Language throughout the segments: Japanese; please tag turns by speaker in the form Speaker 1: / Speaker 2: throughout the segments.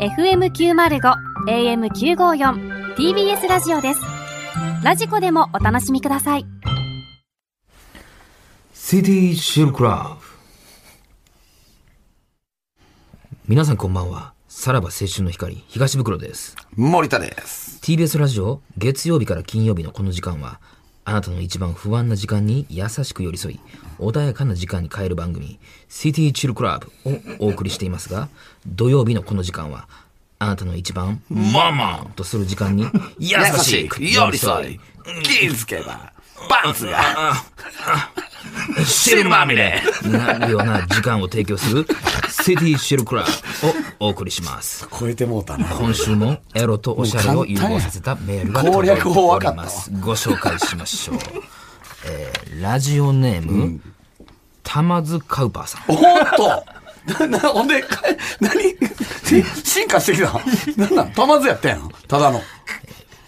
Speaker 1: FM905 AM954 TBS ラジオですラジコでもお楽しみください
Speaker 2: シティシルクラブ皆さんこんばんはさらば青春の光東袋です
Speaker 3: 森田です。
Speaker 2: TBS ラジオ月曜日から金曜日のこの時間はあなたの一番不安な時間に優しく寄り添い穏やかな時間に変える番組「シティチルクラブ」をお送りしていますが土曜日のこの時間はあなたの一番ママとする時 間に優
Speaker 3: 優
Speaker 2: し
Speaker 3: し
Speaker 2: く
Speaker 3: く寄り添い、気づけば、パンツが、汁まみれ。
Speaker 2: なるような時間を提供する「シティシルクラブ」をお送りします
Speaker 3: 超えてもうたな。
Speaker 2: 今週もエロとおしゃれを融合させたメールが
Speaker 3: 攻
Speaker 2: 届い
Speaker 3: 略
Speaker 2: て
Speaker 3: 法
Speaker 2: お
Speaker 3: 分
Speaker 2: り
Speaker 3: かったわ
Speaker 2: ますご紹介しましょう、えーラジオネーム、玉津カウパーさん
Speaker 3: おっとな、な、ほんで、か何し進化してきたなんなん玉津やったやん。ただの。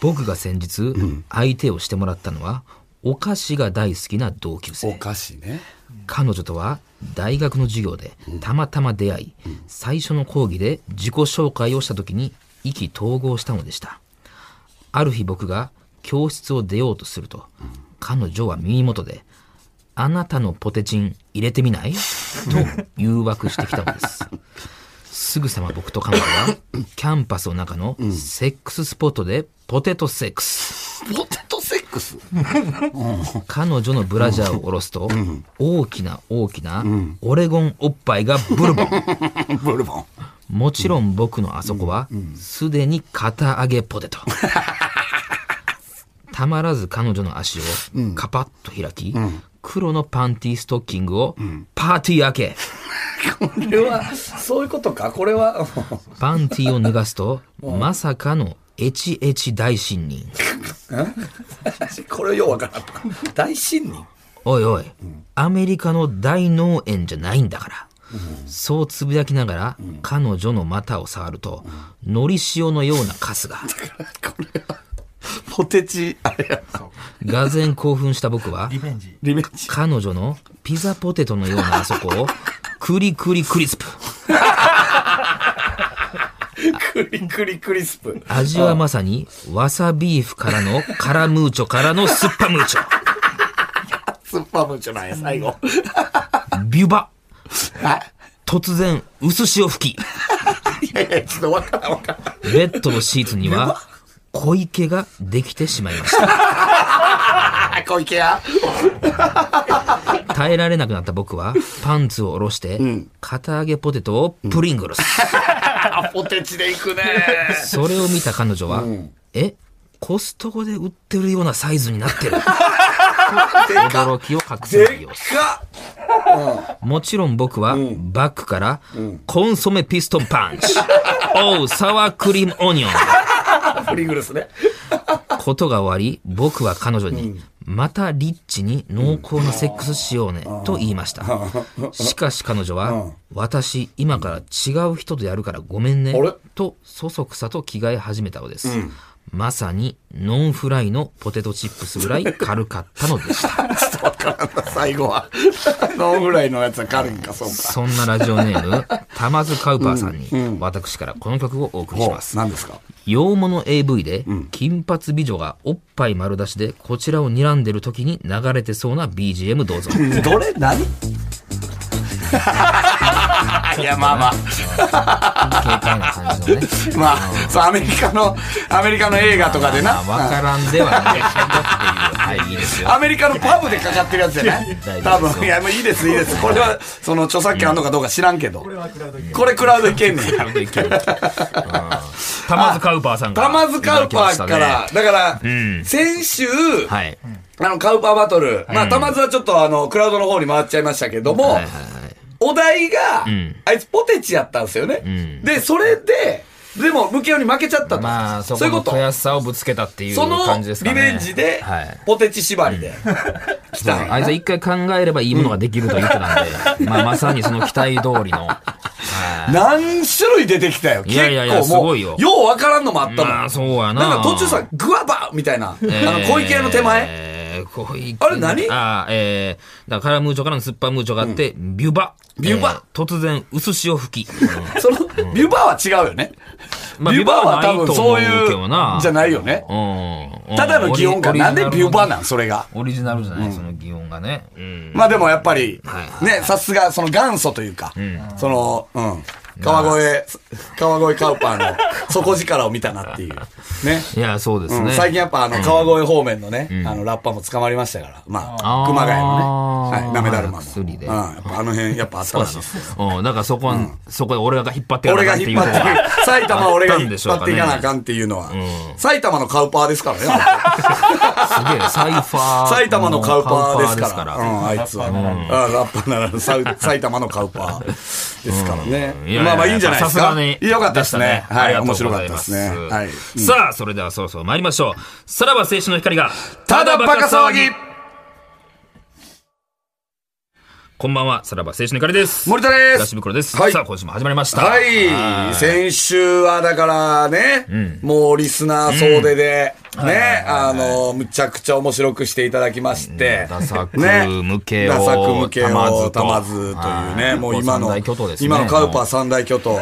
Speaker 2: 僕が先日、相手をしてもらったのはお菓子が大好きな同級
Speaker 3: お
Speaker 2: 生
Speaker 3: かしいね。
Speaker 2: 彼女とは大学の授業でたまたま出会い、最初の講義で自己紹介をした時に意気投合したのでしたある日僕が教室を出ようとすると、彼女は耳元で「あなたのポテチン入れてみない?」と誘惑してきたのですすぐさま僕と彼女はキャンパスの中のセックススポットでポテトセックス
Speaker 3: ポテトセックス
Speaker 2: 彼女のブラジャーを下ろすと、大きな大きなオレゴンおっぱいがブルボン。
Speaker 3: ブルボン。
Speaker 2: もちろん僕のあそこは、すでに片揚げポ テト。たまらず彼女の足をカパッと開き、黒のパンティーストッキングをパーティー開け。
Speaker 3: これは、そういうことか。これは、
Speaker 2: パンティーを脱がす と、まさかのエチエチ大信任。
Speaker 3: これようわからん。大信任。
Speaker 2: おいおい、アメリカの大農園じゃないんだから。そうつぶやきながら、彼女の股を触ると、のり塩のようなカスが。
Speaker 3: これは、ポテチ、あれや、
Speaker 2: がぜん興奮した僕は、
Speaker 3: リベンジ。
Speaker 2: 彼女のピザポテトのようなあそこを、クリクリクリスプ。
Speaker 3: クリクリクリスプ。
Speaker 2: 味はまさに、わさビーフからのカラムーチョからのスッパムーチョ。
Speaker 3: スッパムじゃない、最後。
Speaker 2: ビュバ。
Speaker 3: あ
Speaker 2: 突然、薄潮吹き。
Speaker 3: いやいや、ちょっとわからんわからん。
Speaker 2: ベッドのシーツには、小池ができてしまいました。
Speaker 3: あ、小池や。
Speaker 2: 耐えられなくなった僕はパンツを下ろして、片揚げポテトをプリングルス、
Speaker 3: あ、ポテチでいくね。
Speaker 2: それを見た彼女は、えコストコで売ってるようなサイズになってる驚きを隠せない様子
Speaker 3: が、
Speaker 2: もちろん僕はバッグから、コンソメピストンパンチおうサワークリームオニオン
Speaker 3: プリングルスね。
Speaker 2: ことが終わり僕は彼女に、またリッチに濃厚なセックスしようね、と言いま したしかし彼女は、私今から違う人とやるからごめんね
Speaker 3: あれ
Speaker 2: とそそくさと着替え始めたのです、まさにノンフライのポテトチップスぐらい軽かったのでした
Speaker 3: ちょっとわからんな、最後は。ノーぐらいのやつは軽いんか、そうか。
Speaker 2: そんなラジオネーム玉津カウパーさんに、私からこの曲をお送りします
Speaker 3: 何ですか
Speaker 2: 洋物 AV で金髪美女がおっぱい丸出しでこちらを睨んでる時に流れてそうな BGM どう ぞ
Speaker 3: どれ何いや、まあまあ。
Speaker 2: 軽快な感じのね
Speaker 3: まあ、そう、アメリカの、アメリカの映画とかでな。
Speaker 2: まあわからんではないけどっていうはいいいですよ
Speaker 3: アメリカのパブでかかってるやつじゃない
Speaker 2: 大丈
Speaker 3: 多
Speaker 2: 夫ですよ
Speaker 3: 分。いや、もういいです、いいです。これは、その著作権あんのかどうか知らんけど。これクラウドいけんねん。
Speaker 2: 玉津カウパーさんから
Speaker 3: 玉津カウパーから、だから、先週、
Speaker 2: はい
Speaker 3: あの、カウパーバトル。まあ、玉津はちょっとあの、クラウドの方に回っちゃいましたけども
Speaker 2: はいはい、はい
Speaker 3: お題が
Speaker 2: ん、
Speaker 3: あいつポテチやったんですよね
Speaker 2: ん。
Speaker 3: で、それで、でも、ムケオに負けちゃったと。
Speaker 2: まあそ
Speaker 3: そう
Speaker 2: こ
Speaker 3: いうこ
Speaker 2: の
Speaker 3: と。
Speaker 2: 悔しさをぶつけたっていう
Speaker 3: その
Speaker 2: 感じですか
Speaker 3: リ
Speaker 2: ね
Speaker 3: ベンジで
Speaker 2: はい、
Speaker 3: ポテチ縛りで、 来たんやな
Speaker 2: あいつは一回考えればいいものができるということなん で、まあまさにその期待通りの、はい
Speaker 3: 何種類出てきたよ。結
Speaker 2: いやいやいや
Speaker 3: 構
Speaker 2: す
Speaker 3: もう、
Speaker 2: ごい
Speaker 3: よ
Speaker 2: よ
Speaker 3: うわからんのもあったもん。
Speaker 2: まあそうやな
Speaker 3: なんか途中さ、グワバーみたいな。あ
Speaker 2: えー
Speaker 3: の、小池屋の手前。
Speaker 2: えー小池
Speaker 3: あれ何
Speaker 2: あーえー、だからカラムーチョからのスッパムーチョがあって、ビュバ。
Speaker 3: ビュバ
Speaker 2: えー突然、薄潮吹き。うん
Speaker 3: その、ビュバーは違うよね。
Speaker 2: まあ
Speaker 3: ビュバーは多分そう
Speaker 2: ビュバーはないと思うけど
Speaker 3: い
Speaker 2: な
Speaker 3: う、じゃないよね。
Speaker 2: うんうん
Speaker 3: ただの擬音か。
Speaker 2: オリ
Speaker 3: なんでビューバーなんんそれが。
Speaker 2: オリジナルじゃない、その擬音がね。うん。
Speaker 3: まあでもやっぱり
Speaker 2: はい、
Speaker 3: ね、さすが、その元祖というか、その、うん。川越、川越カウパー の底力を見たなっていう。ね。
Speaker 2: いや、そうです
Speaker 3: うん
Speaker 2: ね。
Speaker 3: 最近やっぱあの川越方面のね、あのラッパーも捕まりましたから、ま
Speaker 2: あ
Speaker 3: あ、
Speaker 2: ー
Speaker 3: 熊谷のね、
Speaker 2: あ
Speaker 3: は
Speaker 2: ー
Speaker 3: い、なめだるまも。う
Speaker 2: 薬
Speaker 3: ん
Speaker 2: で
Speaker 3: やっぱあの辺、やっぱあったらしいです。
Speaker 2: うん、だからそこは、そこで俺らが引っ張って
Speaker 3: 俺が
Speaker 2: かな
Speaker 3: 引っ張っ て
Speaker 2: いうのが
Speaker 3: いく、埼玉は俺が
Speaker 2: あった
Speaker 3: 引
Speaker 2: ん
Speaker 3: っ
Speaker 2: でしょ
Speaker 3: 張
Speaker 2: う
Speaker 3: っ
Speaker 2: か
Speaker 3: て
Speaker 2: ね
Speaker 3: いかなあかんっていうのは、埼玉のカウパーですからね。
Speaker 2: すげえ、サイファー。
Speaker 3: 埼玉のカウパーです
Speaker 2: カウ
Speaker 3: か
Speaker 2: パ
Speaker 3: ら。
Speaker 2: ー
Speaker 3: うん、あいつは。あラッパーならさ 埼玉のカウパーですからね
Speaker 2: うんいやいや。
Speaker 3: まあまあいいんじゃないです
Speaker 2: さ
Speaker 3: か
Speaker 2: すが。に。
Speaker 3: よかったですね。
Speaker 2: あ
Speaker 3: は
Speaker 2: り
Speaker 3: い、
Speaker 2: がとう
Speaker 3: 面
Speaker 2: ござ
Speaker 3: 白かっ
Speaker 2: い
Speaker 3: た
Speaker 2: ま
Speaker 3: ですね。はい。
Speaker 2: さあ、それではそろそろ参りましょう。さらば青春の光が、
Speaker 3: ただバカ騒ぎ
Speaker 2: こんばんは、さらば青春の光です。
Speaker 3: 森田で
Speaker 2: 東
Speaker 3: す
Speaker 2: 袋です。
Speaker 3: はい
Speaker 2: さあ、今週も始まりました。
Speaker 3: はい。先週はだからね、もうリスナー総出で、ね、あの、むちゃくちゃ面白くしていただきまして。
Speaker 2: ダサく
Speaker 3: ね
Speaker 2: 向けを
Speaker 3: ダサく向け
Speaker 2: たまずと
Speaker 3: をたまずという
Speaker 2: は
Speaker 3: ね、
Speaker 2: い
Speaker 3: もう今
Speaker 2: 三
Speaker 3: の
Speaker 2: 大巨頭で、すね
Speaker 3: 今のカウパー三大巨頭、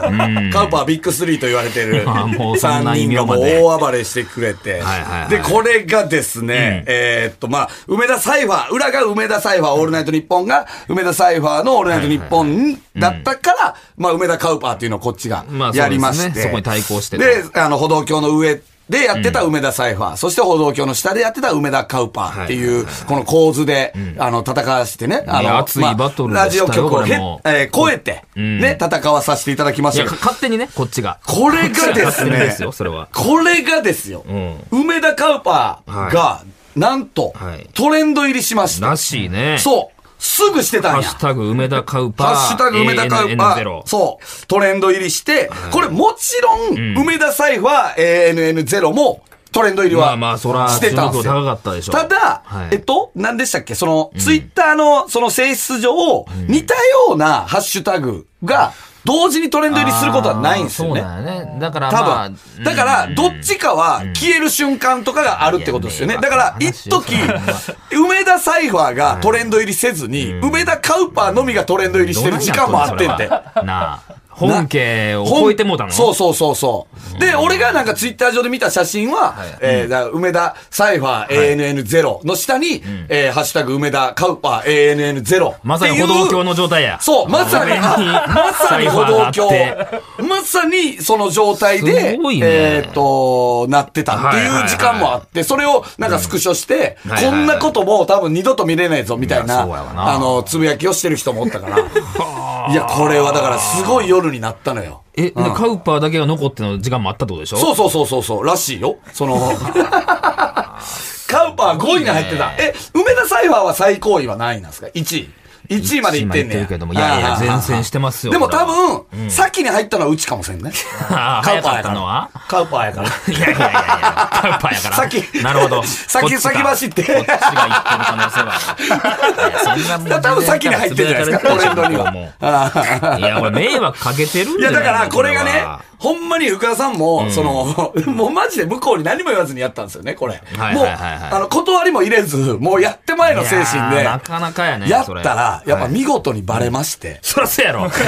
Speaker 3: カウパービッグスリーと言われてる
Speaker 2: あもうそんな
Speaker 3: 3
Speaker 2: 異
Speaker 3: 人
Speaker 2: 名
Speaker 3: がも
Speaker 2: ま
Speaker 3: う
Speaker 2: で
Speaker 3: 大暴れしてくれて
Speaker 2: はいはいは、い
Speaker 3: で、これがですね、えーっと、まあ、梅田サイファー、裏が梅田サイファー、オールナイトニッポンが、梅田サイファーのオールナイトニッポンだったから、まあ、梅田カウパーっていうのをこっちが
Speaker 2: まあそうですね
Speaker 3: やりまして。
Speaker 2: そこに対抗して
Speaker 3: で、あの、歩道橋の上でやってた梅田サイファー、そして歩道橋の下でやってた梅田カウパーっていう、この構図で、あの、戦わせてね、あの、
Speaker 2: 熱いバトルで
Speaker 3: ラ
Speaker 2: し
Speaker 3: ジ
Speaker 2: たよ
Speaker 3: オ局を
Speaker 2: これ
Speaker 3: へ、
Speaker 2: も
Speaker 3: えー超えて、ね、戦わさせていただきま
Speaker 2: い
Speaker 3: した
Speaker 2: や、
Speaker 3: けど
Speaker 2: か勝手にね、こっちが。
Speaker 3: これがです
Speaker 2: 勝手に
Speaker 3: ね
Speaker 2: です、よ、それは。
Speaker 3: これがですよ、
Speaker 2: う
Speaker 3: 梅田カウパーが、なんと
Speaker 2: はい、
Speaker 3: トレンド入りしました。
Speaker 2: らしいね。
Speaker 3: そう。すぐしてた
Speaker 2: ハ
Speaker 3: ん
Speaker 2: ッ
Speaker 3: や。
Speaker 2: シュタグ梅田カウパー。
Speaker 3: ハッシュタグ梅田カウパ
Speaker 2: ANN0
Speaker 3: ー、そう、トレンド入りして、これもちろん、梅田サイファー ANN0 もトレンド入り
Speaker 2: ま
Speaker 3: は
Speaker 2: あまあそら
Speaker 3: してたんです
Speaker 2: 注目度高か
Speaker 3: よ
Speaker 2: ったでし。ょう
Speaker 3: ただ
Speaker 2: はい、
Speaker 3: えっと、何でしたっけその、ツイッターのその性質上、似たようなハッシュタグが同時にトレンド入りすることはないんですよね
Speaker 2: あ。ーそうなんやね。だから
Speaker 3: 多
Speaker 2: まあ、
Speaker 3: 分。だから、どっちかは消える瞬間とかがあるってことですよね。
Speaker 2: いや
Speaker 3: だから、一時
Speaker 2: いやまあ
Speaker 3: 梅田サイファーがトレンド入りせずに、梅田カウパーのみがトレンド入りしてる時間もあってんて。
Speaker 2: なあ、本家を超えてもうたの
Speaker 3: そうそうそうそう。で、俺がなんかツイッター上で見た写真は、えーだから梅田サイファー ANN0 の下に、えーハッシュタグ梅田カウパー ANN0。
Speaker 2: まさに歩道橋の状態や。
Speaker 3: そう、まさに、
Speaker 2: 上に
Speaker 3: まさに歩道
Speaker 2: サイファーが、
Speaker 3: 橋。まさにその状態です
Speaker 2: ごいね
Speaker 3: えっと、なってたっていう時間も
Speaker 2: は
Speaker 3: あ
Speaker 2: いはい
Speaker 3: って、それをなんかスクショして、
Speaker 2: んはいはい
Speaker 3: こんなこともう多分二度と見れないぞみたい
Speaker 2: いや
Speaker 3: な
Speaker 2: そうやわ、な
Speaker 3: あの、つぶやきをしてる人もおっ たから。いや、これはだからすごい夜になったのよ。
Speaker 2: え、でカウパーだけが残っての時間もあったってことでしょ
Speaker 3: そうそうそうそうそう、らしいよ。その、 カウパー5位に入ってた。え、梅田サイファーは最高位は何位なんですか ?1 位。1位までいって
Speaker 2: 一位
Speaker 3: んね
Speaker 2: まで行ってるけどもいやいや
Speaker 3: ああ
Speaker 2: 前線してますよ
Speaker 3: でも
Speaker 2: これは
Speaker 3: 多分、先に入ったのはうちかもしれんね。
Speaker 2: あー
Speaker 3: カウ
Speaker 2: 早
Speaker 3: パ
Speaker 2: か
Speaker 3: ー
Speaker 2: っ
Speaker 3: やか
Speaker 2: たのは
Speaker 3: ら。カウパーやから。
Speaker 2: いやいやいやいや、カウパーやから。
Speaker 3: 先
Speaker 2: なるほど。
Speaker 3: 先
Speaker 2: こっちか
Speaker 3: 先走って
Speaker 2: こっちが行ってる可能性はある。いやそんなもん
Speaker 3: 多分先に入ってんじゃないですか、トレンドに
Speaker 2: もう
Speaker 3: は。ああ
Speaker 2: いや、俺迷惑かけてるん
Speaker 3: い
Speaker 2: じゃ
Speaker 3: や、
Speaker 2: な
Speaker 3: だ
Speaker 2: い
Speaker 3: から、これがね
Speaker 2: は、
Speaker 3: ほんまに福田さんも、その、 もうマジで向こうに何も言わずにやったんですよね、これ。
Speaker 2: はい
Speaker 3: もう、
Speaker 2: はいはいはい
Speaker 3: あの、断りも入れず、もうやって前の精神
Speaker 2: い
Speaker 3: で、
Speaker 2: やーなかなかやね。
Speaker 3: やっ
Speaker 2: そ
Speaker 3: た
Speaker 2: れ
Speaker 3: ら、やっぱ見事にバレまして。
Speaker 2: そらそうや ろ。そ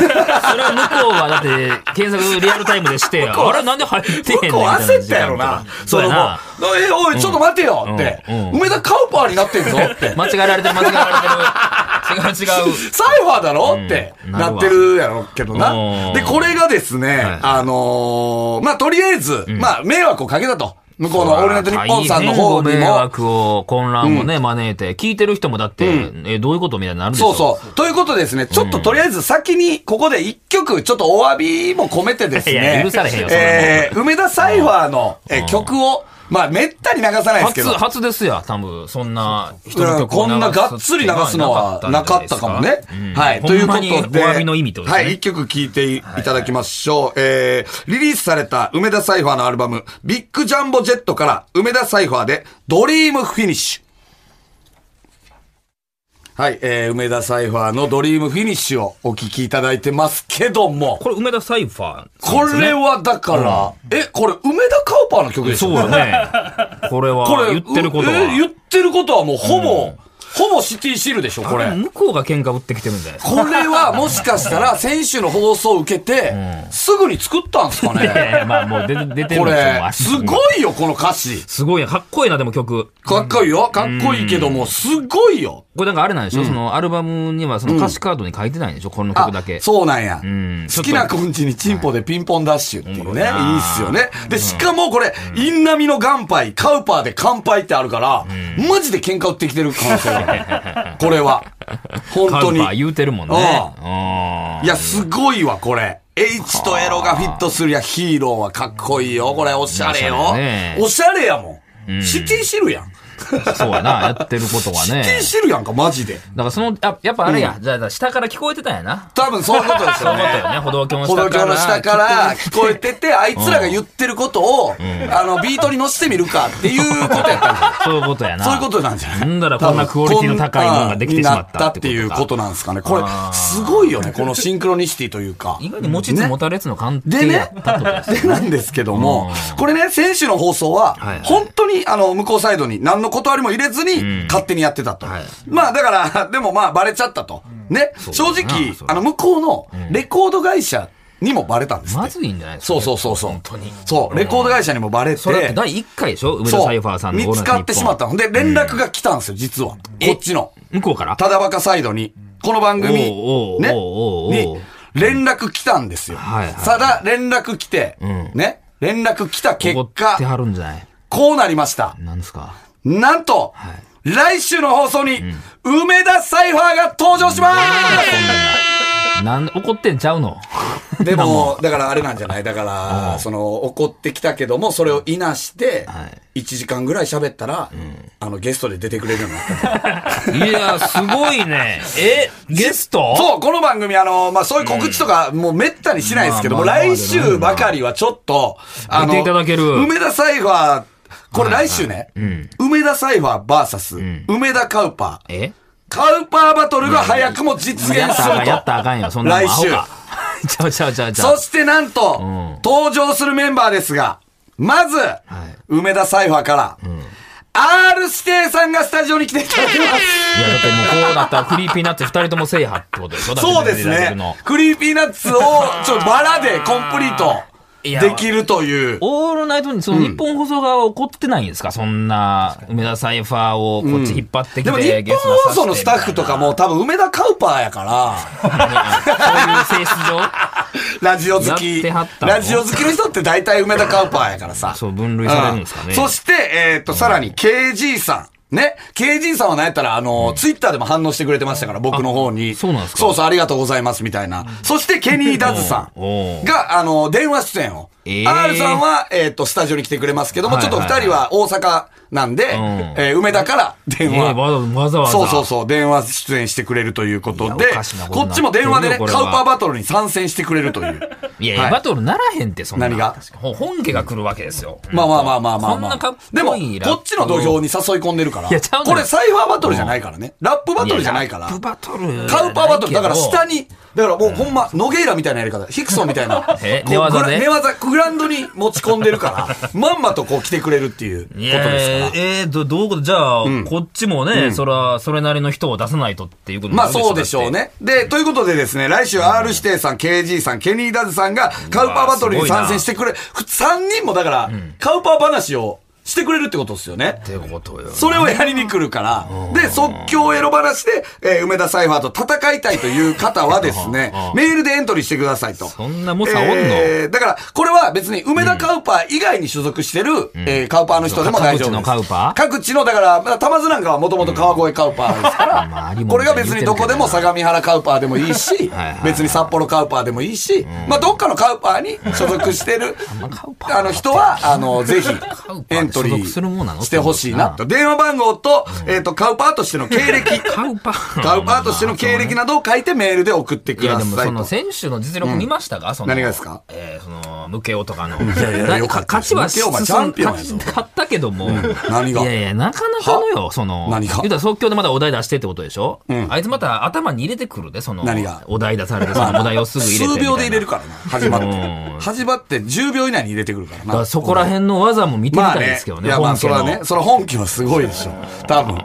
Speaker 2: れは向こうはだって、検索リアルタイムでしてや、あれなんで入ってへんねんみたい
Speaker 3: 向
Speaker 2: な
Speaker 3: こう焦ったやろな
Speaker 2: 時間とか。
Speaker 3: そ
Speaker 2: そう
Speaker 3: の
Speaker 2: や
Speaker 3: も
Speaker 2: な。
Speaker 3: うえ、おい、ちょっと待てよって。
Speaker 2: うんうん
Speaker 3: 梅田カウパーになってんぞって。
Speaker 2: 間違えられてる、間違えられてる。違う違う。
Speaker 3: サイファーだろって
Speaker 2: うんなるわ
Speaker 3: なってるやろけど
Speaker 2: う
Speaker 3: な。
Speaker 2: ん
Speaker 3: で、これがですね、あのー、まあ、とりあえず、まあ、迷惑をかけたと。向こうのオールナイトニッポンさんの方
Speaker 2: 大
Speaker 3: に
Speaker 2: 変ご迷
Speaker 3: も。
Speaker 2: 惑を、混乱をね、招いて、聞いてる人もだって、え、どういうことみたいになるでしょ
Speaker 3: そうそう。ということでですね、ちょっととりあえず先に、ここで一曲、ちょっとお詫びも込めてです
Speaker 2: いや
Speaker 3: ね。
Speaker 2: 許されへんよそんなもん
Speaker 3: えー、梅田サイファーのえー曲を、まあ、めったに流さないですけ
Speaker 2: 初、
Speaker 3: ど。
Speaker 2: 初ですや、多分、そんな人
Speaker 3: う
Speaker 2: の
Speaker 3: ん
Speaker 2: 曲を
Speaker 3: こんながっつり流すのはなかったかもね。はい。ということ
Speaker 2: お
Speaker 3: で。
Speaker 2: 詫びの意味ってことです
Speaker 3: は
Speaker 2: ね。
Speaker 3: い。一曲聴いていただきましょう。えー、リリースされた梅田サイファーのアルバム、ビッグジャンボジェットから梅田サイファーで、ドリームフィニッシュ。はい、えー、梅田サイファーのドリームフィニッシュをお聴きいただいてますけども、
Speaker 2: これ、梅田サイファー、
Speaker 3: これはだから、え、これ梅田カウパーの曲でしょ
Speaker 2: そうよね。これは、
Speaker 3: これ、
Speaker 2: 言ってること
Speaker 3: うえ
Speaker 2: は。
Speaker 3: 言ってることはもうほぼ、ほぼシティシールでしょ、これ。
Speaker 2: 向こうが喧嘩売ってきてるんじゃないです
Speaker 3: これはもしかしたら、先週の放送を受けて、すぐに作ったんですか
Speaker 2: か。いやい
Speaker 3: ね。
Speaker 2: やまあもう出て出てる
Speaker 3: こ
Speaker 2: んです
Speaker 3: れ
Speaker 2: よもう、
Speaker 3: すごいよ、この歌詞。
Speaker 2: すごいな。かっこいいな、でも曲。
Speaker 3: かっこいいよ。かっこいいけども、すごいよ。
Speaker 2: これなんかあれなんでしょ、そのアルバムにはその歌詞カードに書いてないんでしょ、この曲だけ。
Speaker 3: そうなんや。
Speaker 2: ん
Speaker 3: 好きなコンチにチンポでピンポンダッシュっていうね。
Speaker 2: はい
Speaker 3: いいっすよね。で、しかもこれ、インナミの乾杯、カウパーで乾杯ってあるから、マジで喧嘩売ってきてる可能性がある。こ れは。本
Speaker 2: カ
Speaker 3: 当
Speaker 2: ウ
Speaker 3: に
Speaker 2: パ。ー言うてるもんね。
Speaker 3: いや、すごいわ、これ。H とエロがフィットするやヒーローはかっこいいよ。これ、おしゃれ
Speaker 2: おし
Speaker 3: よ
Speaker 2: ゃれね。
Speaker 3: おしゃれやもん。シティシルやん。
Speaker 2: うんそうやな、やってることは
Speaker 3: シテ
Speaker 2: ね
Speaker 3: ィ。シルやんか、マジで。
Speaker 2: だからその、あやっぱあれや、じゃあ下から聞こえてたんやな。
Speaker 3: 多分そういうことです
Speaker 2: そう
Speaker 3: よ
Speaker 2: 思った
Speaker 3: ね
Speaker 2: よ。ね、歩道橋の
Speaker 3: 歩
Speaker 2: 下か
Speaker 3: 道橋
Speaker 2: ら。
Speaker 3: の下から聞こえてて、あいつらが言ってることを、あの、ビートに乗せてみるかっていうことやったんじゃ
Speaker 2: そういうことや
Speaker 3: な
Speaker 2: な。
Speaker 3: いそういうことなんじゃない
Speaker 2: なんだらこんなクオリティの高いものができてしまった
Speaker 3: な
Speaker 2: ってことか
Speaker 3: いうことなんですかね。これ、すごいよね、このシンクロニシティというか。
Speaker 2: 意外に持ちつ持たれつの鑑定
Speaker 3: で
Speaker 2: や
Speaker 3: ね
Speaker 2: ったってことです。、
Speaker 3: でなんですけども、これね、選手の放送は
Speaker 2: はいは、い
Speaker 3: 本当に、あの、向こうサイドに何の断りも入れずに、勝手にやってたと
Speaker 2: はい。
Speaker 3: まあ、だから、 でもまあ、バレちゃったと。ね、正
Speaker 2: そうだな
Speaker 3: 直
Speaker 2: そ、れ
Speaker 3: あの、向こうのレコード会社にもバレたんですっ
Speaker 2: ま
Speaker 3: て。
Speaker 2: ずいんじゃないですか、
Speaker 3: そうそうそうそう。
Speaker 2: 本当に。
Speaker 3: そう、レコード会社にもバレて。
Speaker 2: それだって第1回でしょ梅田
Speaker 3: そ
Speaker 2: サイファーさ
Speaker 3: う、
Speaker 2: んの
Speaker 3: 見
Speaker 2: オールナイ
Speaker 3: つ
Speaker 2: トニッポン
Speaker 3: かってしまったので、連絡が来たんですよ、実は。こっちの。
Speaker 2: 向こうから。
Speaker 3: ただバカサイドに、この番組、ね、
Speaker 2: おうおうおうおうおう
Speaker 3: に、連絡来たんですよ。
Speaker 2: はいはい
Speaker 3: ただ、連絡来て、
Speaker 2: ん
Speaker 3: ね、連絡来た結
Speaker 2: 怒って
Speaker 3: 果、
Speaker 2: はるんじゃない
Speaker 3: こうなりました。
Speaker 2: なんですか
Speaker 3: なんと、来週の放送に、梅田サイファーが登場します、
Speaker 2: なんで怒ってんちゃうの
Speaker 3: でも、だからあれなんじゃないだから、その、怒ってきたけども、それをいなして
Speaker 2: は、
Speaker 3: 1時間ぐらい喋ったら、あの、ゲストで出てくれるようになった。
Speaker 2: いや、すごい ね。え、ゲスト
Speaker 3: そう、この番組、あの、まあ、そういう告知とか、もうめったにしないですけども、
Speaker 2: まあまあ
Speaker 3: 来週ばかりはちょっと、あ
Speaker 2: 出ていただける
Speaker 3: 梅田サイファー、これ来週ね、梅田サイファー VS、梅田カウパー。
Speaker 2: え
Speaker 3: カウパーバトルが早くも実現する
Speaker 2: やったらあかん、やった
Speaker 3: と。
Speaker 2: らあかんよ。そんなもん
Speaker 3: 来週
Speaker 2: アホかちゃうちゃうちゃうちゃ。
Speaker 3: そうしてなんと、登場するメンバーですが、まず、梅田サイファーから、R 指定さんがスタジオに来ていただきます。
Speaker 2: いや、だってもうこうなったらクリーピーナッツ二人とも制覇ってことでしょだって
Speaker 3: そうです
Speaker 2: 出ていただけ
Speaker 3: ね
Speaker 2: るの。
Speaker 3: クリーピーナッツを、ちょ、バラでコンプリート
Speaker 2: いや
Speaker 3: できるという。
Speaker 2: オールナイトにその日本放送側は怒ってないんですか、そんな、梅田サイファーをこっち引っ張ってきて、
Speaker 3: でも日
Speaker 2: ゲスト出させ
Speaker 3: 本放
Speaker 2: て
Speaker 3: 送のスタッフとか も多分梅田カウパーやから、
Speaker 2: みたいな、そういう性質 上、
Speaker 3: ラジオ好
Speaker 2: やっ
Speaker 3: き
Speaker 2: てはった。の
Speaker 3: ラジオ好きの人って大体梅田カウパーやからさ。
Speaker 2: そう分類されるんですか
Speaker 3: う
Speaker 2: ね。
Speaker 3: そして、えっと、さらに KG さん。ね。KG さんは何やったら、あの、ツイッターでも反応してくれてましたから、僕の方に。
Speaker 2: そうなんですか
Speaker 3: そうそう、ありがとうございます、みたいな。そして、ケニー・ダズさ
Speaker 2: うんお
Speaker 3: ん
Speaker 2: う
Speaker 3: が、あの、電話出演を。
Speaker 2: えー
Speaker 3: R さんは、えっと、スタジオに来てくれますけども、
Speaker 2: はい
Speaker 3: ちょ
Speaker 2: は
Speaker 3: っ
Speaker 2: い
Speaker 3: と二人は大阪なんで、えー梅田から電
Speaker 2: ええ
Speaker 3: 話。
Speaker 2: わざわざわざ
Speaker 3: そうそうそう、電話出演してくれるということ
Speaker 2: いや
Speaker 3: で
Speaker 2: おかしな、こと
Speaker 3: こ
Speaker 2: になって
Speaker 3: っち
Speaker 2: るよ
Speaker 3: も電話でね、
Speaker 2: これ
Speaker 3: カ
Speaker 2: は
Speaker 3: ウパーバトルに参戦してくれるという。
Speaker 2: いやいや、
Speaker 3: はい
Speaker 2: バトルならへんって、そんな。
Speaker 3: 何が
Speaker 2: ほ本家が来るわけですよ。
Speaker 3: まあまあまあまあまあ
Speaker 2: こん
Speaker 3: まあ。
Speaker 2: なかっこいい
Speaker 3: でも、
Speaker 2: ラップ
Speaker 3: こっちの土俵に誘い込んでるから。
Speaker 2: いやちゃうの
Speaker 3: これサイファーバトルじゃないからね。ラップバトルじゃないから
Speaker 2: やラッ。プバトル。
Speaker 3: カウパーバトル。だから下
Speaker 2: に。
Speaker 3: に、だからもうほんま、ノゲイラみたいなやり方、ヒクソンみたいな。こ
Speaker 2: え
Speaker 3: う
Speaker 2: 寝技ね
Speaker 3: グラ寝技、グラウンドに持ち込んでるから、まんまとこう来てくれるっていうこと
Speaker 2: い
Speaker 3: です
Speaker 2: や
Speaker 3: から。
Speaker 2: えー、どどういうことじゃあ、こっちもね、そら、それなりの人を出さないとっていうことに
Speaker 3: ま
Speaker 2: な
Speaker 3: あ
Speaker 2: るしょ
Speaker 3: そうでしょう。ね。で、ということでですね、来週 R 指定さん、KG さん、ケニーダズさんがカウパーバトルに参戦してくれ、3人もだから、カウパー話をしてくれるってことですよね。
Speaker 2: だってことよ。
Speaker 3: それをやりに来るから、で、即興エロ話で、えー梅田サイファーと戦いたいという方はですね、メールでエントリーしてくださいと。
Speaker 2: そんな猛者おんの
Speaker 3: えーだから、これは別に梅田カウパー以外に所属してる、えーカウパーの人でも大丈
Speaker 2: 各
Speaker 3: 夫です。
Speaker 2: 地のカウパー
Speaker 3: 各地の、だから、まあ玉津なんかはもともと川越カウパーですから、
Speaker 2: まあありもん
Speaker 3: これが別にどこで
Speaker 2: 言
Speaker 3: も
Speaker 2: うてるけどな
Speaker 3: 相模原カウパーでもいいし
Speaker 2: はいはい、
Speaker 3: 別に札幌カウパーでもいいし、まあどっかのカウパーに所属して る、あの人は、あの、ぜひ
Speaker 2: ウパー、で
Speaker 3: エントリ
Speaker 2: 所属するもんな
Speaker 3: ー
Speaker 2: の
Speaker 3: してほしいなと。電話番号と、えっと、カウパーとしての経 歴。
Speaker 2: カウパー。
Speaker 3: カウパーとしての経歴などを書いてメールで送ってく
Speaker 2: いや
Speaker 3: だ
Speaker 2: でも
Speaker 3: さい
Speaker 2: その
Speaker 3: と。
Speaker 2: 選手の実力見ましたか、その
Speaker 3: 何がですか
Speaker 2: えーその抜けよとかの。
Speaker 3: いやいや
Speaker 2: な
Speaker 3: よかった
Speaker 2: か勝ちは
Speaker 3: 抜けよお前
Speaker 2: 進ん
Speaker 3: チャンピオンやぞ
Speaker 2: 勝ち勝ったけども。
Speaker 3: 何が
Speaker 2: いやいや、なかなかのよ、その。
Speaker 3: 何が
Speaker 2: 言うたら即興でまだお題出してってことでしょ
Speaker 3: ん
Speaker 2: あいつまた頭に入れてくるで、その。
Speaker 3: 何が
Speaker 2: お題出されて、そのお題をすぐ入れてみたいな。
Speaker 3: 数秒で入れるからな、始まっ
Speaker 2: う
Speaker 3: て
Speaker 2: ん。
Speaker 3: 始まって10秒以内に入れてくるから
Speaker 2: だから
Speaker 3: な。
Speaker 2: そこら辺の技も見てみたいですけどね、
Speaker 3: いやまあ
Speaker 2: 本
Speaker 3: そ
Speaker 2: 家
Speaker 3: れ
Speaker 2: の。
Speaker 3: はね、それは本気はすごい でしょ。多分。うん。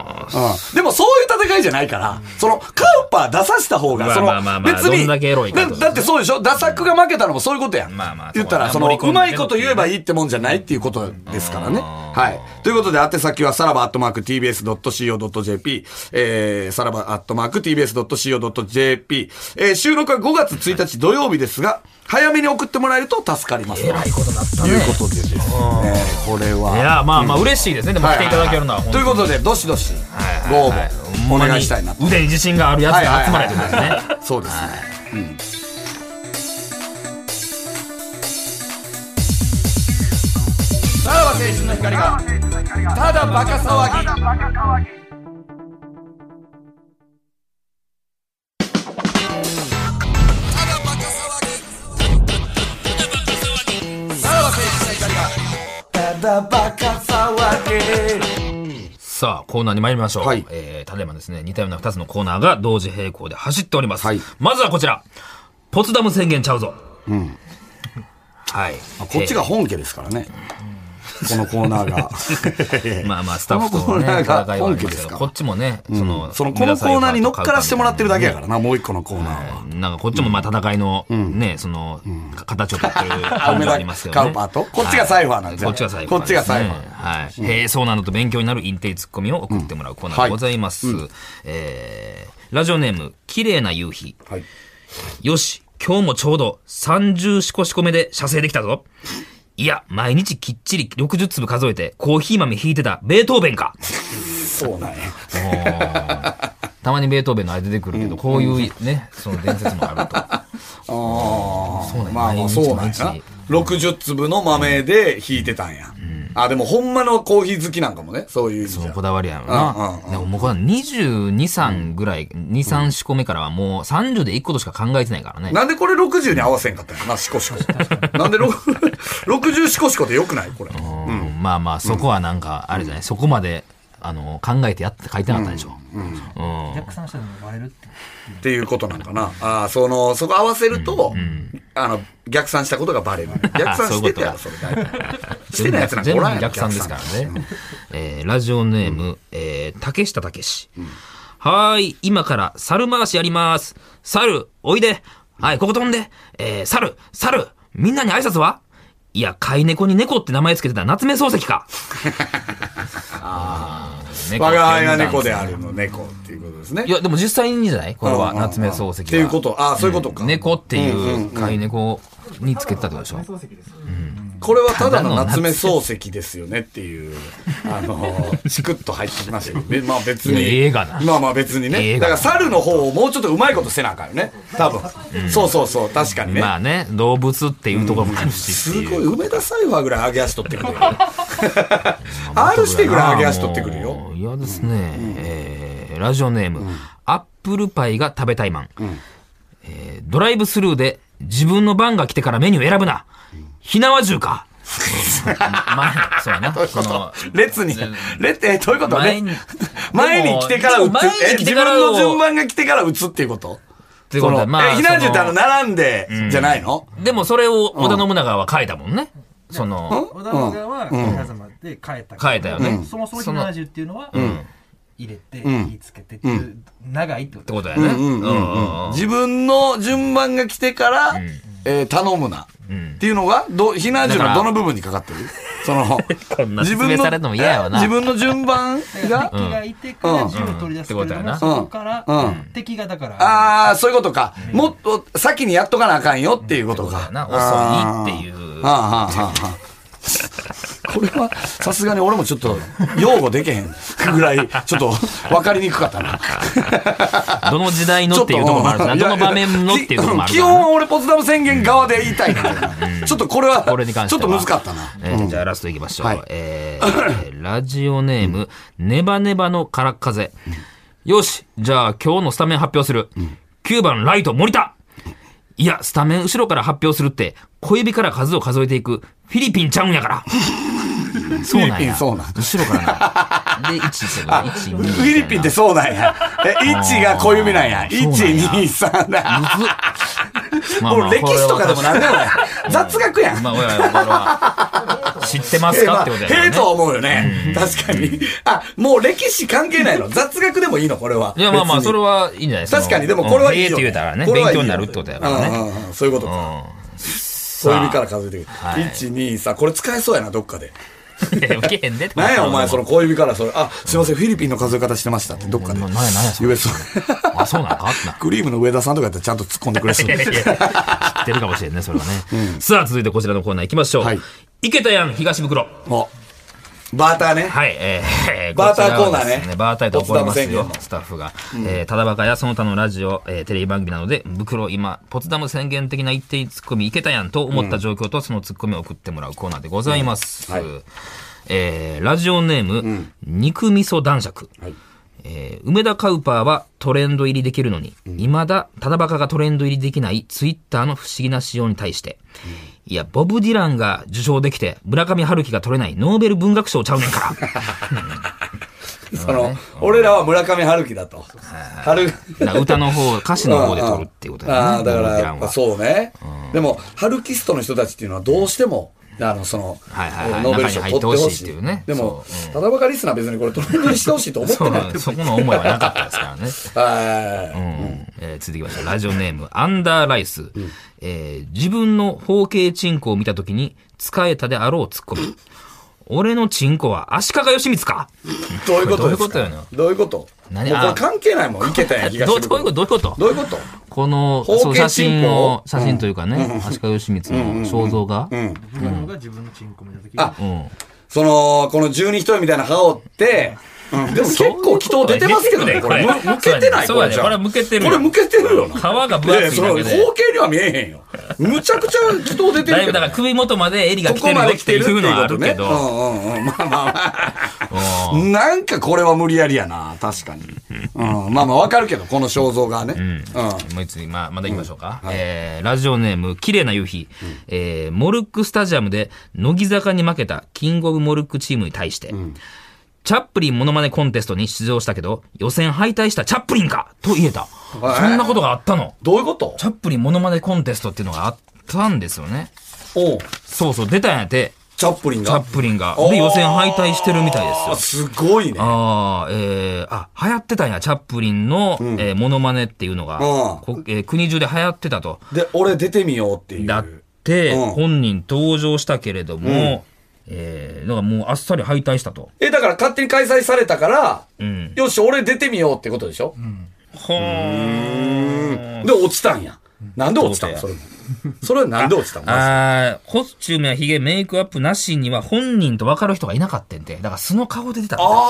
Speaker 3: でもそういう戦いじゃないから、そのカウパー出さした方が、
Speaker 2: まあ
Speaker 3: その
Speaker 2: まあまあまあ
Speaker 3: 別に。
Speaker 2: どんだけエロいかと
Speaker 3: だだってそうでしょダサクが負けたのもそういうことやん。
Speaker 2: まあまあ
Speaker 3: 言ったら、
Speaker 2: そ
Speaker 3: そう
Speaker 2: だ
Speaker 3: の、
Speaker 2: ね
Speaker 3: うまいこと言えばいいってもんじゃないっていうことですからね。はい。ということで、宛先はさらばアットマーク tbs.co.jp、えー、さらばアットマーク tbs.co.jp、えー、収録は5月1日土曜日ですが、早めに送ってもらえると助かります。
Speaker 2: えらいことなったね
Speaker 3: ということでですね、これは。
Speaker 2: いや、まあまあ嬉しいですね、でも来ていただけるのは本
Speaker 3: と
Speaker 2: 当
Speaker 3: いう
Speaker 2: に。
Speaker 3: ことでどしどしご応募お願いしたいなと
Speaker 2: ほんまに腕に自信があるやつが集まれということですね。
Speaker 3: そうですねうんさらば青春の光がただバカ騒ぎただバカ騒ぎ
Speaker 2: さあ、コーナーに参りましょう。
Speaker 3: はい
Speaker 2: えー、ただいまですね、似たような2つのコーナーが同時並行で走っております。
Speaker 3: はい
Speaker 2: まずはこちら。ポツダム宣言ちゃうぞ。はい。
Speaker 3: あこっちが本家ですから ね。このコーナーが。
Speaker 2: えーまあまあ、スタッフとのね、
Speaker 3: このコーナーが
Speaker 2: 戦いはあり
Speaker 3: 本家
Speaker 2: ます
Speaker 3: で
Speaker 2: け
Speaker 3: す
Speaker 2: ど、
Speaker 3: か
Speaker 2: こっちもね、その、
Speaker 3: そのこのコーナーに乗っからしてもらってるだけや
Speaker 2: ら
Speaker 3: からな、もう一個のコーナーは。
Speaker 2: なんかこっちもまあ戦いのね、その、か形をとってる
Speaker 3: あ
Speaker 2: 感
Speaker 3: 梅
Speaker 2: じ
Speaker 3: 田
Speaker 2: はありますよね。
Speaker 3: カウパーとこっちがサイファーなんですね
Speaker 2: はいこっちがサイファー。
Speaker 3: こっちがサイファー
Speaker 2: ー。はい。へえ、そうなのと勉強になるインテリツッコミを送ってもらうコーナーでございます。えーラジオネーム、綺麗な夕日。
Speaker 3: はい。
Speaker 2: よし、今日もちょうど30しこしこ目で射精できたぞ。いや、毎日きっちり60粒数えてコーヒー豆引いてたベートーベンか。
Speaker 3: そう なんや。
Speaker 2: たまにベートーベンのあれ出てくるけど、こういうね、その伝説もあると。
Speaker 3: あ
Speaker 2: そうなんや
Speaker 3: あ。まあまあそうなん
Speaker 2: 毎日
Speaker 3: やな
Speaker 2: 毎日。
Speaker 3: 60粒の豆で弾いてたんや。あ、でもほんまのコーヒー好きなんかもね、そういう意味
Speaker 2: そ
Speaker 3: じ
Speaker 2: の
Speaker 3: ゃ
Speaker 2: こ。だわりやろな
Speaker 3: うんうんう。ん
Speaker 2: でももうこれ22、3ぐらい、2、3仕込めからはもう30で1個としか考えてないからね。
Speaker 3: なんでこれ60に合わせんかったんやな、シコ シコ。なんで ろ60シコシコでよくないこれ。
Speaker 2: うんまあまあそこはなんか、あれじゃない、そこまで、あの、考えてやって書いてなかったでしょ。うん
Speaker 4: 逆算したのが割れるって
Speaker 3: っていうことなんかな。ああ、その、そこ合わせると、あの、逆算したことがバレる。逆算してたやろ、そ
Speaker 2: そう
Speaker 3: れ
Speaker 2: い
Speaker 3: 大体。してないやつなんか
Speaker 2: 全
Speaker 3: お
Speaker 2: 部
Speaker 3: らんやろ
Speaker 2: 逆算ですからね。えーラジオネーム、えー竹下武志。はーい、今から猿回しやります。猿、おいで。はい、ここ飛んで。えー、猿、猿、みんなに挨拶はいや、飼い猫に猫って名前つけてた夏目漱石 か。あ
Speaker 3: 我が輩が猫であ。るの猫っていうことですね。
Speaker 2: いや、でも実際にじゃないこれは、
Speaker 3: うんうんうん
Speaker 2: 夏目漱石が。
Speaker 3: っていうこと。ああ、そういうことか。
Speaker 2: 猫っていう飼い猫につけてたってことでしょ。
Speaker 3: これはただの夏目漱石ですよねっていう、あ の、チクッと入ってきましたけどね、まあ別に。
Speaker 2: いや映画な
Speaker 3: まあまあ別にね。
Speaker 2: 映
Speaker 3: だ
Speaker 2: 画
Speaker 3: か
Speaker 2: な
Speaker 3: ら猿の方をもうちょっとうまいことせなあかんよね。多分。そうそうそう、確かにね。
Speaker 2: まあね、動物っていうところもあるし
Speaker 3: す
Speaker 2: って
Speaker 3: ご
Speaker 2: いう。
Speaker 3: い、梅田サイファーぐらい上げ足取ってく るよ。R してぐらい上げ足取ってくるよ。
Speaker 2: もう。いやですね、えーラジオネーム、アップルパイが食べたいマン、えードライブスルーで自分の番が来てからメニュー選ぶな。ひなわ銃 か。まあ、そうやな。その
Speaker 3: 列に、列え、どういうことね
Speaker 2: 前に。
Speaker 3: 前に来てから打
Speaker 2: でも前に来て
Speaker 3: つ。え、自
Speaker 2: からを
Speaker 3: 分の順番が来てから打つっていうこと
Speaker 2: てことは
Speaker 3: その
Speaker 2: まあ
Speaker 3: え、ひなじゅうってあの、
Speaker 2: そ
Speaker 3: 並んで、じゃないの
Speaker 2: でもそれを織田信長は書いたもんね。その、
Speaker 4: 織田信長は皆様で変えた
Speaker 2: 変えたよね
Speaker 4: そもそも
Speaker 2: その
Speaker 4: 170っていうのは入れて言いつけてっていう長いってこ
Speaker 2: って
Speaker 4: と
Speaker 2: ことやね。うんうん
Speaker 3: 自分の順番が来てから、えー頼むな。っていうのが、ど、ひなじゅうのどの部分にかかってるその
Speaker 2: こんな説明されるのも嫌やわな
Speaker 3: 自分の順番が、
Speaker 4: 敵がいてから銃を取り出すけれど
Speaker 2: うん
Speaker 4: も、
Speaker 2: うん
Speaker 4: そこから
Speaker 3: うん
Speaker 4: 敵がだから、
Speaker 3: ああ、そういうことか。もっと先にやっとかなあかんよっていうこと
Speaker 2: そうや
Speaker 3: か。
Speaker 2: な、遅いっていう。
Speaker 3: はあはあはあはあ これはさすがに俺もちょっと擁護できへんぐらいちょっと分かりにくかったな。
Speaker 2: どの時代のっていうところもあるしな、どの場面のっていうところもある
Speaker 3: 基
Speaker 2: から
Speaker 3: 本
Speaker 2: な
Speaker 3: は俺ポツダム宣言側で言いたいな。ちょっとこれは、
Speaker 2: これに関
Speaker 3: ち
Speaker 2: し
Speaker 3: ょってと
Speaker 2: は
Speaker 3: 難かったな。
Speaker 2: えーじゃあラストいきましょう。
Speaker 3: はい
Speaker 2: えーラジオネーム、ネバネバのからっ風。よし、じゃあ今日のスタメン発表する。9番ライト森田。いや、スタメン後ろから発表するって、小指から数を数えていく、フィリピンちゃうんやから。そうなん
Speaker 3: フィリピ
Speaker 2: や。
Speaker 3: ンそうなん
Speaker 2: 後ろからな。で、1とか、1、2
Speaker 3: フィリピンって
Speaker 2: す。
Speaker 3: そうなんや。え、1が小指なんや。
Speaker 2: そうなんや
Speaker 3: 1、2、3だ。
Speaker 2: むずっまあま
Speaker 3: も
Speaker 2: あ
Speaker 3: う歴史とかでもなんでもない。雑学やん。
Speaker 2: まあ、おいおいこれは、知ってます
Speaker 3: えま
Speaker 2: か
Speaker 3: あ
Speaker 2: ってことやか
Speaker 3: へえ
Speaker 2: らね
Speaker 3: と。は思うよね。確かに。あ、もう歴史関係ないの。雑学でもいいの、これは。
Speaker 2: いや、まあまあ、
Speaker 3: 別
Speaker 2: それはいいんじゃないです
Speaker 3: 確かに、でもこれはいい
Speaker 2: ええっ
Speaker 3: よ。
Speaker 2: て言うたらね、
Speaker 3: これ
Speaker 2: 勉
Speaker 3: はいい
Speaker 2: 強
Speaker 3: よ
Speaker 2: になるってことやから
Speaker 3: う
Speaker 2: ね。
Speaker 3: んうんうんそういうことか。
Speaker 2: う
Speaker 3: 小指から数えてくる。
Speaker 2: はい
Speaker 3: 1、2、3。これ使えそうやな、どっかで。
Speaker 2: ん。いや受けへんでってこと
Speaker 3: なんや、お前、その
Speaker 2: の。
Speaker 3: 小指からそれ。あ、すいません、フィリピンの数え方してましたって、どっかで。
Speaker 2: ななんやなんやそれ
Speaker 3: 言えそう。
Speaker 2: あ、そうなんかあった。
Speaker 3: クリームの上田さんとかやったらちゃんと突っ込んでくれそう
Speaker 2: い。やいや知ってるかもしれんね、それはね。さあ、続いてこちらのコーナー行きましょう。
Speaker 3: はい
Speaker 2: 池田やん、東袋。
Speaker 3: おバーターね。
Speaker 2: はい、えー、
Speaker 3: バーターコーナーね
Speaker 2: こちらはですバーターと怒ります
Speaker 3: ポツダム宣
Speaker 2: よ
Speaker 3: 言、の
Speaker 2: スタッフが。えー、ただバカやその他のラジオ、えー、テレビ番組などで、袋今、ポツダム宣言的な一定ツッコミいけたやんと思った状況と、そのツッコミを送ってもらうコーナーでございます。
Speaker 3: はい
Speaker 2: えー、ラジオネーム、肉味噌男爵。
Speaker 3: はい
Speaker 2: えー梅田カウパーはトレンド入りできるのに、未だただバカがトレンド入りできないツイッターの不思議な仕様に対して、いや、ボブ・ディランが受賞できて、村上春樹が取れないノーベル文学賞ちゃうねんから。
Speaker 3: その、俺らは村上春樹だと。春、
Speaker 2: な歌の方、歌詞の方で取るっていうこと
Speaker 3: あ
Speaker 2: や
Speaker 3: あ
Speaker 2: ね。
Speaker 3: だか
Speaker 2: ボブ
Speaker 3: ら
Speaker 2: ディラ
Speaker 3: や
Speaker 2: ン
Speaker 3: っぱ
Speaker 2: は。
Speaker 3: そうね、でも春キストの人たちっていうのはどうしてもあのその、
Speaker 2: はいはいはい
Speaker 3: ノーベル賞取ってほ
Speaker 2: 中に入ってほ
Speaker 3: し
Speaker 2: し
Speaker 3: い
Speaker 2: いっていうね
Speaker 3: でも、ただばかリスナー別にこれトレンドにしてほしいと思っ
Speaker 2: そ
Speaker 3: てない
Speaker 2: う、そこの思いはなかったですからね。
Speaker 3: は
Speaker 2: うんえー続きまして、ラジオネーム、アンダーライス。えー自分の方形チンコを見たときに、使えたであろうツッコミ。俺のチンコは足利義満か
Speaker 3: いどういうことです
Speaker 2: これどういうことや
Speaker 3: か
Speaker 2: の
Speaker 3: どうい
Speaker 2: 何
Speaker 3: うこともうこれ
Speaker 2: あ
Speaker 3: 関係ないもんいけたやん東
Speaker 2: どう
Speaker 3: ブ
Speaker 2: どういうこと
Speaker 3: ク
Speaker 2: どういうこと
Speaker 3: どういうこと
Speaker 2: この、
Speaker 3: 方形
Speaker 2: そう、写
Speaker 3: チン
Speaker 2: 真
Speaker 3: コを
Speaker 2: を、写真というかね、足利義満の肖像画うん。
Speaker 4: 今のが自分のチンコ見た時
Speaker 3: あ
Speaker 2: こ
Speaker 3: そのこの十二人みたいな歯を折って、うんでも結構祈祷出てますけどねこれむ向けてない
Speaker 2: そうやね。
Speaker 3: じゃん
Speaker 2: これは向けてる
Speaker 3: こ
Speaker 2: よ。
Speaker 3: れ向けてるよな
Speaker 2: 皮が
Speaker 3: い
Speaker 2: 分
Speaker 3: やいや
Speaker 2: 厚い
Speaker 3: そ
Speaker 2: だ
Speaker 3: の
Speaker 2: け
Speaker 3: 方
Speaker 2: で。
Speaker 3: 形には見えへんよむちゃくちゃ祈祷出て
Speaker 2: だ
Speaker 3: る
Speaker 2: い
Speaker 3: け
Speaker 2: ぶだ
Speaker 3: ど
Speaker 2: から首元まで襟が
Speaker 3: こ
Speaker 2: 来
Speaker 3: こ
Speaker 2: てる
Speaker 3: ま
Speaker 2: よ
Speaker 3: で
Speaker 2: っ
Speaker 3: 来
Speaker 2: て
Speaker 3: て
Speaker 2: い
Speaker 3: るっていうう
Speaker 2: のはあ
Speaker 3: こと
Speaker 2: る
Speaker 3: ね。
Speaker 2: け
Speaker 3: う
Speaker 2: ど。
Speaker 3: んうんうん。まあ まあまあ。
Speaker 2: うん
Speaker 3: なんかこれは無理やりやな。確かに。うん。まあまあわかるけど、この肖像がね。うん。
Speaker 2: もう一つ、まあ、まだ行きましょうか。えーラジオネーム、綺麗な夕日。えーモルックスタジアムで、乃木坂に負けた、キングオブモルックチームに対して、チャップリンモノマネコンテストに出場したけど、予選敗退したチャップリンかと言えた。
Speaker 3: え
Speaker 2: そんなことがあったの。
Speaker 3: どういうこと
Speaker 2: チャップリンモノマネコンテストっていうのがあったんですよね。
Speaker 3: おう
Speaker 2: そうそう、出たんやて、
Speaker 3: チャップリン
Speaker 2: チ
Speaker 3: が。
Speaker 2: ャップリンが。
Speaker 3: おー
Speaker 2: で、予選敗退してるみたいですよ
Speaker 3: あ。すごいね。
Speaker 2: ああ、えー、あ、流行ってたんや、チャップリンの、えーモノマネっていうのが、
Speaker 3: うん
Speaker 2: こえー国中で流行ってたと。
Speaker 3: で、俺出てみようってい
Speaker 2: だっ
Speaker 3: う。
Speaker 2: て、
Speaker 3: うん
Speaker 2: 本人登場したけれども、えー、だからもうあっさり敗退したと。
Speaker 3: え、だから勝手に開催されたから、
Speaker 2: うん。
Speaker 3: よし、俺出てみようってことでしょ
Speaker 2: ほーん。
Speaker 3: で、落ちたんや。なんで落ちたんそ
Speaker 2: そ
Speaker 3: れ。それはなんで落ちたんま
Speaker 2: あーコスチュームやヒゲ、メイクアップなしには本人と分かる人がいなかったんで、だから素の顔で出たんだ
Speaker 3: ず
Speaker 2: よな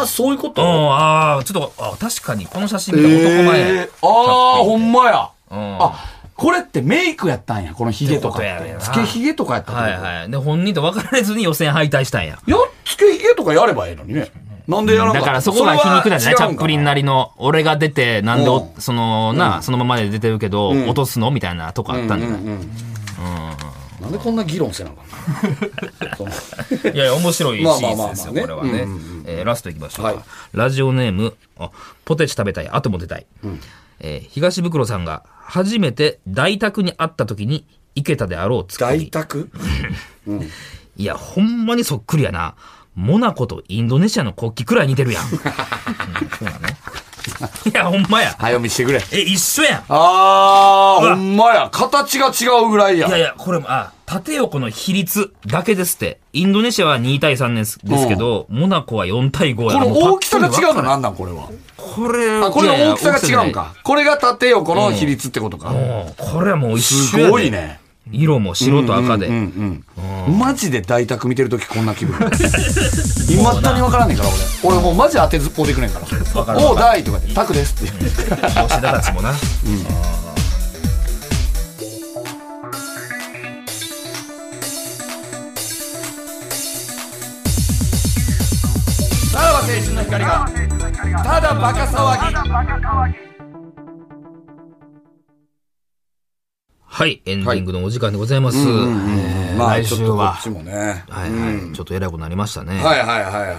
Speaker 3: あー、そういうこ
Speaker 2: うん、
Speaker 3: と
Speaker 2: ああ、ちょっと、あ確かに、この写真見た
Speaker 3: え
Speaker 2: 男前や。
Speaker 3: え。あー、ほんまや。
Speaker 2: うん
Speaker 3: あ、これってメイクやったんや、このヒゲと
Speaker 2: ってこ
Speaker 3: か
Speaker 2: とやねんな
Speaker 3: つけヒゲとかやったってこ
Speaker 2: は
Speaker 3: と
Speaker 2: いはい。で、本人と分かられずに予選敗退したんや。
Speaker 3: いや、つけヒゲとかやればいいのにね。なんでやら
Speaker 2: だ
Speaker 3: なかった
Speaker 2: からそこが皮肉なんじゃないチ
Speaker 3: それ
Speaker 2: ャ
Speaker 3: は違うん
Speaker 2: ッ
Speaker 3: かな
Speaker 2: プリンなりの、俺が出て、なんでお
Speaker 3: う、
Speaker 2: その、な、そのままで出てるけど、落とすのみたいなとこあったんじゃない
Speaker 3: なんでこんな議論してなのか なその
Speaker 2: いやいや、面白いシ
Speaker 3: まあま
Speaker 2: ー
Speaker 3: あ
Speaker 2: ン
Speaker 3: まあまあね
Speaker 2: ですよ、これはね
Speaker 3: うんう。
Speaker 2: えーラストいきましょう
Speaker 3: はい
Speaker 2: か。ラジオネーム、あポテチ食べたい、後も出たい。えー東袋さんが初めて大宅に会った時に、池田であろうツッコ
Speaker 3: 外
Speaker 2: ミ。
Speaker 3: 宅
Speaker 2: いや、ほんまにそっくりやな。モナコとインドネシアの国旗くらい似て るやん。うんそうだね。いや、ほんまや。
Speaker 3: 早見してくれ。
Speaker 2: え、一緒やん。
Speaker 3: あ
Speaker 2: う
Speaker 3: ー、ほ
Speaker 2: わ
Speaker 3: んまや。形が違うぐらいや
Speaker 2: いや。いや、これも、あ、縦横の比率だけですって。インドネシアは2対3ですですけど、モナコは4対5や
Speaker 3: こ
Speaker 2: な
Speaker 3: の
Speaker 2: もうパッ
Speaker 3: 大きさが
Speaker 2: と見
Speaker 3: 違う
Speaker 2: わ
Speaker 3: の
Speaker 2: か
Speaker 3: なんなんこれは。
Speaker 2: これ、
Speaker 3: あ、これ
Speaker 2: いやいや
Speaker 3: 大きさが違うん。か。これが縦横の比率ってことか。
Speaker 2: 大きさじゃないうんこれはもう一
Speaker 3: す
Speaker 2: 緒やです
Speaker 3: ごい。ね。
Speaker 2: 色も白と赤で。
Speaker 3: うんうん。マジで大宅見てるときこんな気 分。いまだに分からんねえから俺。俺もうマジ当てずっぽうでくれんから。おう、大とかで、宅ですって。
Speaker 2: 吉田たちもな。
Speaker 3: さらば青春の光がただバカ騒ぎ
Speaker 2: はい、エンディングのお時間でございます。えー
Speaker 3: まあ、
Speaker 2: 来
Speaker 3: ちょっ
Speaker 2: 週
Speaker 3: とこ
Speaker 2: は
Speaker 3: っち、もね。
Speaker 2: はいはい、ちょっと偉くなりましたね。
Speaker 3: はいはいはい
Speaker 2: はい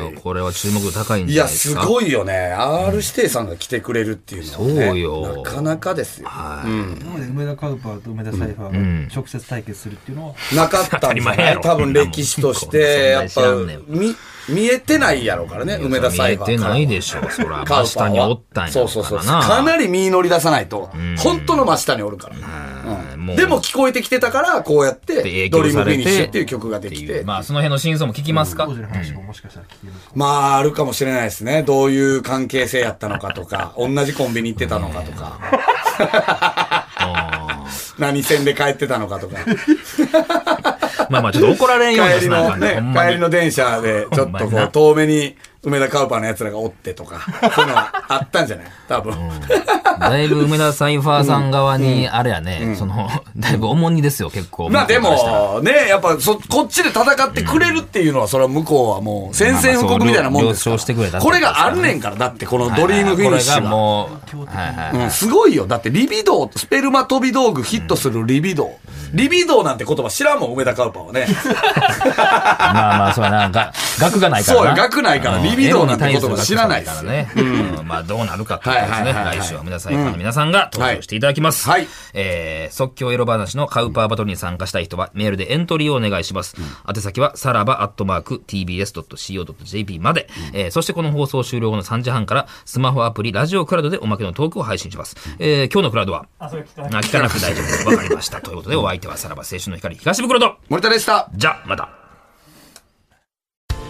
Speaker 3: は
Speaker 2: はいこれは注目度高いん
Speaker 3: い。い
Speaker 2: じゃ
Speaker 3: や、
Speaker 2: ないです
Speaker 3: す
Speaker 2: か。
Speaker 3: ごいよね。R 指定さんが来てくれるっていうのは、ね。
Speaker 2: そうよ
Speaker 3: なかなかですよ。
Speaker 4: なので梅田カルパーと梅田サイファーが直接対決するっていうのは、
Speaker 3: なかった んじゃ
Speaker 2: 当たり前
Speaker 3: な
Speaker 2: や
Speaker 3: い
Speaker 2: ろ
Speaker 3: 多分歴史として、やっ
Speaker 2: そ
Speaker 3: ぱ
Speaker 2: んなん知らん、ね
Speaker 3: 見、見えてないやろうからね、梅田裁判
Speaker 2: 見えてないでしょそら真下におったんやから
Speaker 3: そう
Speaker 2: な
Speaker 3: そうそう。かなり身乗り出さないと。本当の真下におるから。
Speaker 2: はいもう
Speaker 3: でも聞こえてきてたから、こうやっ
Speaker 2: 影
Speaker 3: て、ド
Speaker 2: 響
Speaker 3: リーム
Speaker 2: さ
Speaker 3: フィ
Speaker 2: れ
Speaker 3: ニッシュ
Speaker 2: て
Speaker 3: っていう曲ができ
Speaker 2: ってい
Speaker 3: て
Speaker 2: う。まあその辺の真相も聞きますか、
Speaker 4: 当時の話ももしかしたら聞けるかも
Speaker 3: まあ、あるかもしれないですね。どういう関係性やったのかとか、同じコンビニ行ってたのかとか、
Speaker 2: あ
Speaker 3: 何線で帰ってたのかとか、
Speaker 2: ーまあまあちょっと怒られんようには
Speaker 3: 帰
Speaker 2: し
Speaker 3: り
Speaker 2: なあ
Speaker 3: の
Speaker 2: かんね
Speaker 3: ね
Speaker 2: ほん、ま
Speaker 3: 帰り
Speaker 2: に
Speaker 3: の電車で、ちょっと
Speaker 2: ほんま
Speaker 3: こ
Speaker 2: にな
Speaker 3: う、遠目に梅田カウパーの奴らがおってとか、そういうのはあったん じゃない多分。
Speaker 2: だいぶ梅田サイファーさん側にあれやね、そのだいぶ重荷ですよ結構
Speaker 3: まあで
Speaker 2: 向こうからしたら
Speaker 3: も、ね、やっぱそ、こっちで戦ってくれるっていうのは、それは向こうはもう、宣戦布告みたいなもんですか
Speaker 2: まあまあそう了承してくれた
Speaker 3: ら。
Speaker 2: って
Speaker 3: こ
Speaker 2: こと
Speaker 3: れ
Speaker 2: ですから
Speaker 3: があるねんから、だってこのドリームフィニッシ
Speaker 2: これ
Speaker 3: ュ
Speaker 2: が
Speaker 3: が。
Speaker 2: もう、はいはい
Speaker 3: うんすごいよ。だって、リビドー、スペルマ飛び道具ヒットするリビドー。リビドーなんて言葉知らんもん、梅田カウパーはね。
Speaker 2: まあまあ、そうやな。が額がないからな。
Speaker 3: そうよ額ないから
Speaker 2: うん
Speaker 3: リビドーなんて言葉知らないです
Speaker 2: エロに対する額じゃないからね。うんまあ、どうなるかってことです
Speaker 3: はい
Speaker 2: ね。
Speaker 3: はいはいはい
Speaker 2: 来週は皆さん、の皆さんが投票していただきます。
Speaker 3: はい
Speaker 2: えー即興エロ話のカウパーバトルに参加したい人は、メールでエントリーをお願いします。宛先は、さらばアットマーク tbs.co.jp まで。えーそしてこの放送終了後の3時半から、スマホアプリ、ラジオクラウドでおまけのトークを配信します。えー今日のクラウドは、あ、聞かなくて大丈夫です。わかりました。ということで、お相手はさらば青春の光東袋と、
Speaker 3: 森田でした。
Speaker 2: じゃあ、また。